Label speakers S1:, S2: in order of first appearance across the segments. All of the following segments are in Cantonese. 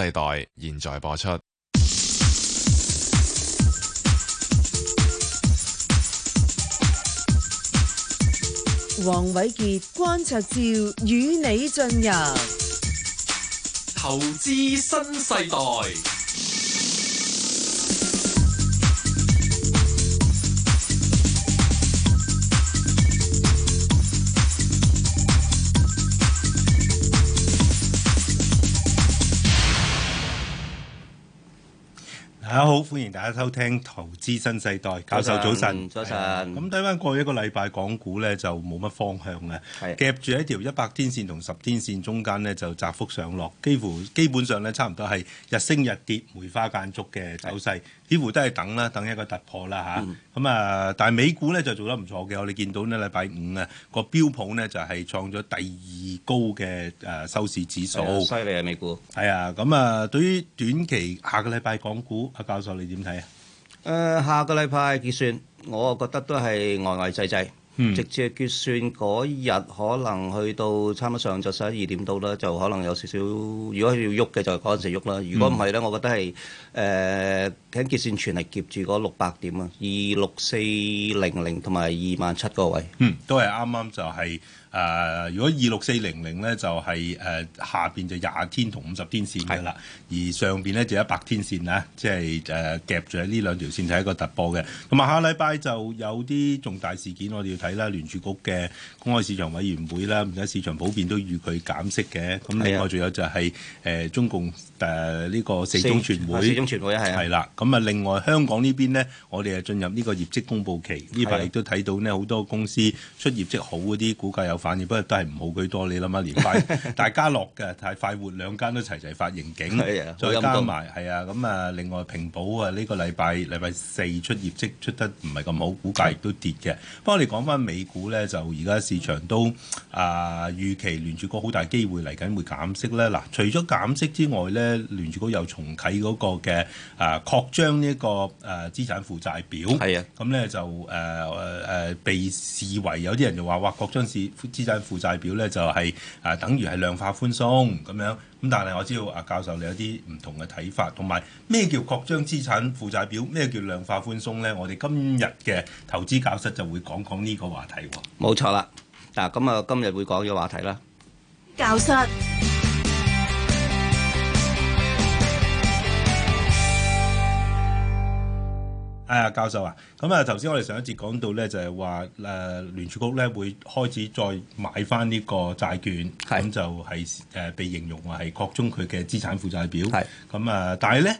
S1: 世代現在播出。
S2: 黃瑋傑、關焯照與你進入
S3: 投資新世代。
S4: 大家好，歡迎大家收聽《投資新世代》。教授早晨，
S5: 早晨
S4: 咁睇翻過去一個禮拜，港股咧就冇乜方向嘅，夾住喺條一百天線同十天線中間咧就窄幅上落，幾乎基本上咧差唔多係日升日跌、梅花間竹嘅走勢，似乎都係等啦，等一個突破啦
S5: 嗯
S4: 吓，咁啊，但係美股咧就做得唔錯嘅，我哋見到呢禮拜五啊個標普呢就係創咗第二高嘅誒收市指數。
S5: 犀利啊美股。
S4: 係啊，咁啊，對於短期下個禮拜港股，阿教授你點睇啊？
S5: 誒、呃下個禮拜結算，我覺得都係呆呆滯滯。
S4: 嗯
S5: 直接結算嗰日可能去到差唔多上晝十一二點到啦，就可能有少少。如果要喐嘅就嗰陣時喐啦。如果唔係咧，我覺得係誒喺結算全係夾住嗰六百點啊，二六四零零同埋二萬七個位。
S4: 嗯，都係啱啱就係、誒、如果二六四零零咧就係、誒、下邊就廿天同五十天線嘅啦，而上邊咧就一百天線啦，即係誒夾住喺呢兩條線就係一個突破嘅。同埋下禮拜就有啲重大事件我哋要睇啦，聯儲局嘅公開市場委員會啦，而家市場普遍都預佢減息嘅。咁另
S5: 係
S4: 外
S5: 啊
S4: 仲有就係、誒、中共誒呢、個四中全會。
S5: 四中全會啊係啊
S4: 係。啦，咁啊，另外香港呢邊呢，我哋啊進入呢個業績公佈期，呢排
S5: 係啊
S4: 亦都睇到呢好多公司出業績好嗰啲，股價有反應，不過都係唔好居多。你諗下，連 快大家樂嘅、太快活兩間都齊齊發盈警
S5: 係啊，好
S4: 再
S5: 陰
S4: 加
S5: 功
S4: 埋係啊，咁啊，另外平保啊，呢個禮拜禮拜四出業績出得唔係咁好，股價亦都跌嘅。不過我哋講翻美股呢，就而家市場都啊預期聯儲局好大機會嚟緊會減息咧。嗱，除咗減息之外咧，聯儲局又重啟嗰個嘅啊擴張呢、個誒、啊、資產負債表。
S5: 係啊
S4: 咁咧就誒誒誒被視為有啲人就話哇，擴張市資產負債表咧就係、啊等於係量化寬鬆咁樣。咁但係我知道啊教授你有啲唔同嘅睇法，同埋咩叫擴張資產負債表，咩叫量化寬鬆咧？我哋今日嘅投資教室就會講講呢個話題喎。
S5: 冇錯啦。嗱，咁啊，今日會講嘅話題啦。
S2: 教室。
S4: 係啊，教授啊，咁啊，頭先我哋上一節講到咧，就係話誒聯儲局咧會開始再買翻呢個債券，
S5: 係
S4: 咁就係、誒、被形容話係擴充佢嘅資產負債表。
S5: 係
S4: 咁啊，但係咧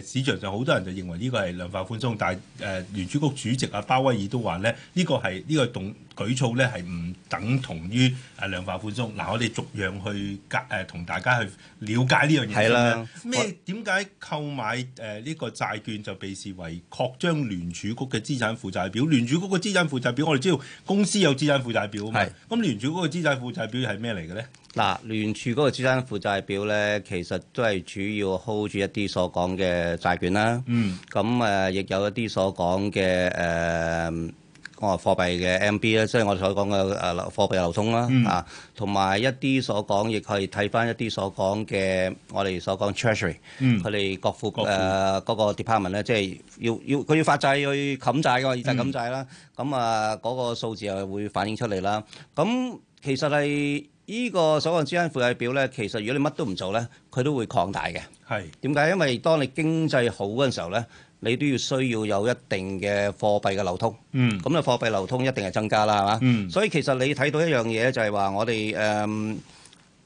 S4: 誒市場上好多人就認為呢個係量化寬鬆，但係誒、聯儲局主席啊鮑威爾都話咧，呢、個係呢、個動舉措咧係唔等同於誒量化寬鬆。嗱，我哋逐樣去加誒同大家去了解呢樣嘢
S5: 係啦
S4: 先咩點解購買誒呢個債券就被視為擴張聯儲局嘅資產負債表？聯儲局嘅資產負債表，我哋知道公司有資產負債表啊嘛
S5: 係。
S4: 咁聯儲局嘅資產負債表係咩嚟嘅咧？
S5: 嗱，聯儲嗰個資產負債表咧，其實都係主要 hold 住一啲所講嘅債券啦。
S4: 嗯，
S5: 咁誒，亦有一啲所講嘅誒，我話貨幣嘅 MB 咧，即係我哋所講嘅誒流貨幣流通啦，
S4: 嗯
S5: 啊，同埋一啲所講，亦係睇翻一啲所講嘅我哋所講 treasury，
S4: 嗯
S5: 佢哋國庫
S4: 國庫
S5: 誒呃嗰個 department 咧，即係要要佢要發債去冚債㗎，以債冚債啦。咁啊，嗰個數字又會反映出嚟啦。咁其實係呢個所謂資產負債表咧，其實如果你乜都唔做咧，佢都會擴大嘅。
S4: 係
S5: 點解？因為當你經濟好嗰陣時候咧，你都要需要有一定嘅貨幣嘅流通。
S4: 嗯
S5: 咁咧貨幣流通一定係增加啦，係嘛？
S4: 嗯
S5: 所以其實你睇到一樣嘢就係話我哋誒、嗯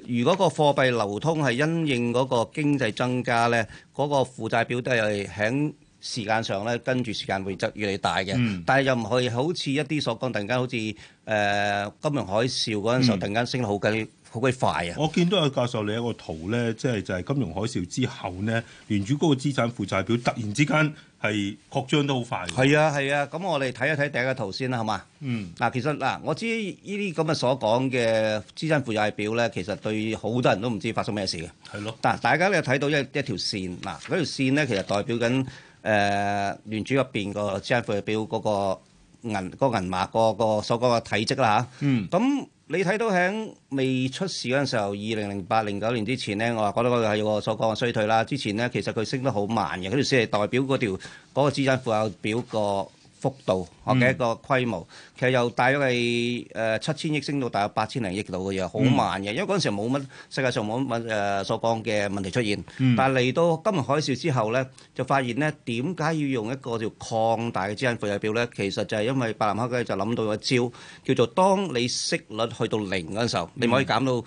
S5: 如果個貨幣流通係因應嗰個經濟增加咧，嗰、個負債表都係喺時間上咧跟住時間會則越嚟越大嘅。
S4: 嗯
S5: 但係又唔可以好似一啲所講，突然間好似誒、呃金融海嘯嗰陣時候，
S4: 嗯
S5: 突然間升得好緊好鬼快啊！
S4: 我見到阿教授你一個圖咧，即係就係、金融海嘯之後呢，聯儲局嘅資產負債表突然之間係擴張得好快。
S5: 係啊係啊，咁我哋睇一睇第一個圖先啦，好嘛？
S4: 嗯
S5: 嗱，其實嗱，我知呢啲咁嘅所講嘅資產負債表咧，其實對好多人都唔知發生咩事嘅。
S4: 係咯，
S5: 嗱，大家咧睇到一一條線，嗱嗰條線咧其實代表緊誒、呃、聯儲入邊個資產負債表嗰個銀嗰個銀碼個個所講嘅體積啦嚇。
S4: 嗯
S5: 咁你睇到喺未出事嗰陣時候，二零零八、零九年之前咧，我話覺得嗰個係我所講嘅衰退啦。之前咧，其實佢升得好慢嘅，佢條線係代表嗰條嗰、個資產負債表個幅度或者一個規模，其實由大約係誒七千億升到大約八千零億度嘅嘢，好慢嘅。因為嗰陣時冇乜世界上冇乜誒所講嘅問題出現，但係嚟到金融海嘯之後咧，就發現咧點解要用一個叫擴大嘅資產負債表咧？其實就係因為伯南克咧就諗到一招叫做當你息率去到零嗰陣時候，你唔可以減到。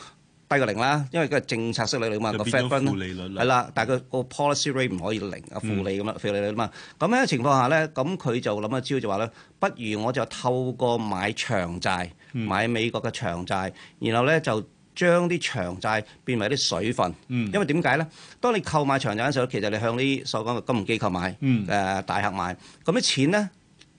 S5: 低過零啦，因為佢係政策息率嚟嘛，
S4: 就
S5: 個
S4: 變咗
S5: Fed fund
S4: 負利率啦嗯
S5: 係啦，但係佢個 policy rate 唔可以零啊，負利咁啦，負利率啊嘛。咁咧情況下咧，咁佢就諗一招就話咧，不如我就透過買長債，
S4: 嗯
S5: 買美國嘅長債，然後咧就。將啲長債變為啲水分，
S4: 嗯
S5: 因為點解咧？當你購買長債嘅時候，其實你向啲所講嘅金融機構買，誒、
S4: 嗯
S5: 大客買，咁啲錢咧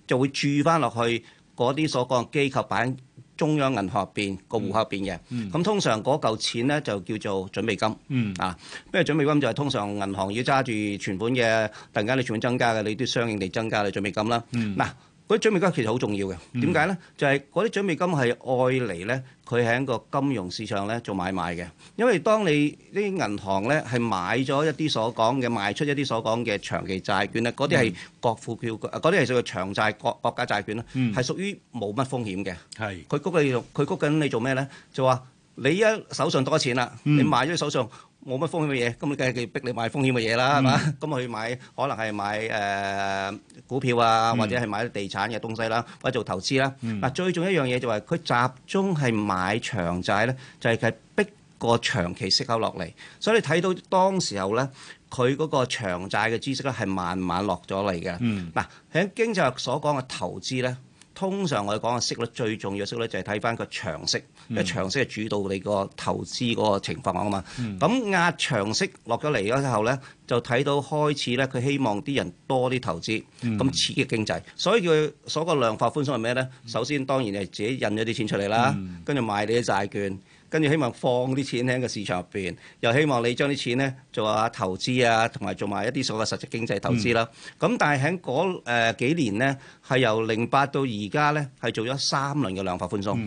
S5: 就會注翻落去嗰啲所講嘅機構擺喺中央銀行入邊個戶口入邊嘅。咁、通常嗰嚿錢咧就叫做準備金。啊，咩準備金就係通常銀行要揸住存款嘅，突然間你存款增加嘅，你都相應地增加你準備金啦。嗱、嗰啲準備金其實好重要嘅，點解咧？就係嗰啲準備金係愛嚟咧，佢喺個金融市場咧做買賣嘅。因為當你啲銀行咧係買咗一啲所講嘅賣出一啲所講嘅長期債券咧，嗰啲係國庫票據，嗰啲係屬於長債國國家債券啦，係屬於冇乜風險嘅。
S4: 係
S5: 佢谷你做，佢谷緊你做咩咧？就話你一手上多錢啦，你買咗手上冇乜風險嘅嘢，咁你梗係佢逼你買風險嘅嘢啦，係嘛？咁去買可能係買誒、呃股票啊，或者係買地產嘅東西啦，或者做投資啦。嗱、最重要一樣嘢就係佢集中係買長債咧，就係、佢逼個長期息口落嚟，所以你睇到當時候咧。佢嗰個長債嘅孳息咧係慢慢落咗嚟嘅。嗱、喺經濟學所講嘅投資咧，通常我哋講嘅息率最重要嘅息率就係睇翻個長息，因為長息係主導你個投資嗰個情況啊嘛。咁、壓長息落咗嚟咗之後咧，就睇到開始咧，佢希望啲人多啲投資，咁、刺激經濟。所以佢所個量化寬鬆係咩咧？首先當然係自己印咗啲錢出嚟啦，跟住買你啲債券。跟住希望放啲錢喺個市場入邊，又希望你將啲錢咧做下投資啊，同埋做埋一啲所謂實質經濟投資啦。咁、但係喺嗰誒幾年咧，係由零八到而家咧，係做咗三輪嘅量化寬鬆。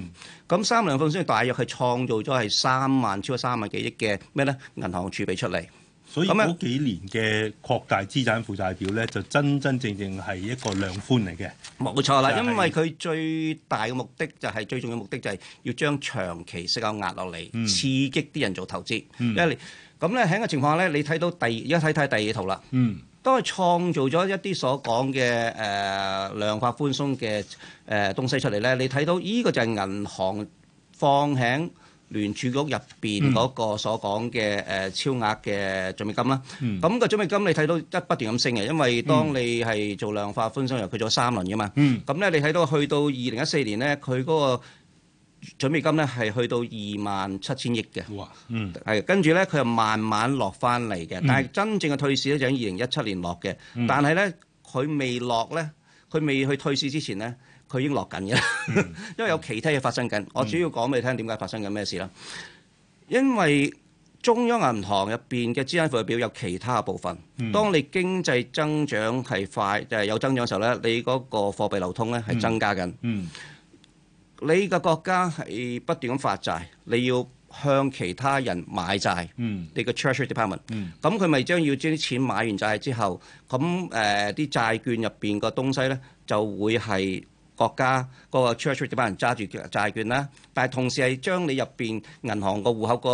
S5: 咁、三輪寬鬆大約係創造咗係三萬超過三萬幾億嘅咩咧銀行儲備出嚟。
S4: 所以
S5: 咁啊
S4: 嗰幾年嘅擴大資產負債表咧，就真真正正係一個量寬嚟嘅。
S5: 冇錯啦，
S4: 就係
S5: 因為佢最大嘅目的就係、最重要嘅目的就係要將長期息口壓落嚟，刺激啲人做投資。因為你咁咧喺個情況下咧，你睇到第而家睇睇第二圖啦。
S4: 嗯，
S5: 當佢創造咗一啲所講嘅誒量化寬鬆嘅誒、呃、東西出嚟咧，你睇到呢個就係銀行放喺聯儲局入邊嗰個所講嘅誒超額嘅準備金啦。咁、個準備金你睇到一不斷咁升嘅，因為當你係做量化寬鬆由佢做三輪噶嘛。咁咧、你睇到去到二零一四年咧，佢嗰個準備金咧係去到二萬七千億嘅。
S4: 哇，嗯，
S5: 係跟住咧，佢又慢慢落翻嚟嘅。但係真正嘅退市咧，就喺二零一七年落嘅。但係咧，佢未落咧，佢未去退市之前咧，佢已經落緊嘅， 因為有其他嘢發生緊。我主要講俾你聽點解發生緊咩事啦。因為中央銀行入邊嘅資產負債表有其他部分。當你經濟增長係快，就係有增長嘅時候咧，你嗰個貨幣流通咧係增加緊。
S4: 嗯
S5: 你嘅國家係不斷咁發債，你要向其他人買債，
S4: 嗯
S5: 你嘅 Treasury Department，咁佢咪將要將啲錢買完債之後，咁誒啲債券入邊個東西咧就會係國家嗰個 Treasury Department 揸住嘅債券啦，但係同時係將你入邊銀行個戶口個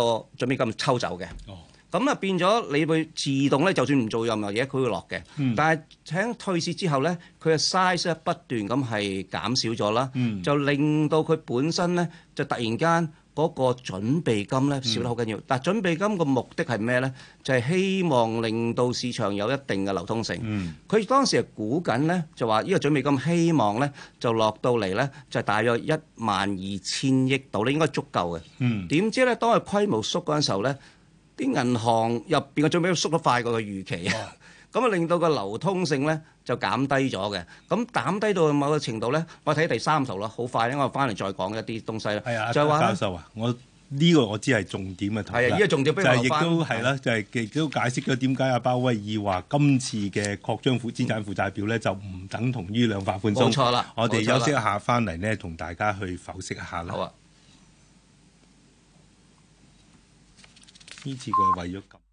S5: 準備金抽走嘅。
S4: 哦，
S5: 咁啊變咗你會自動咧，就算唔做任何嘢，佢會落嘅。但係喺退市之後咧，佢嘅 size 咧不斷咁係減少咗啦，就令到佢本身咧就突然間嗰個準備金咧少得好緊要。但係準備金個目的係咩咧？就係、希望令到市場有一定嘅流通性。佢、當時係估緊咧，就話呢個準備金希望咧就落到嚟咧就大約一萬二千億度咧，應該足夠嘅。
S4: 嗯，
S5: 點知咧，當佢規模縮嗰陣時候咧，啲銀行入邊嘅準備縮得快過佢預期
S4: 哦
S5: 啊， 咁啊令到個流通性咧就減低咗嘅。咁減低到某個程度咧，我睇第三圖啦，好快咧，我翻嚟再講一啲東西啦。
S4: 係啊，
S5: 就係話
S4: 教
S5: 咧
S4: 授啊，我呢個我知係重點嘅題啦
S5: 係啊呢個重點不
S4: 就
S5: 如
S4: 係亦
S5: 留返
S4: 都係啦，就係亦都解釋咗點解阿鮑威爾話今次嘅擴張負資產負債表咧就唔等同於量化寬鬆。
S5: 冇錯啦
S4: 我哋
S5: 冇錯啦
S4: 休息一下翻嚟咧，同大家去剖析一下啦。
S5: 好啊。
S4: 呢次佢係為咗咁。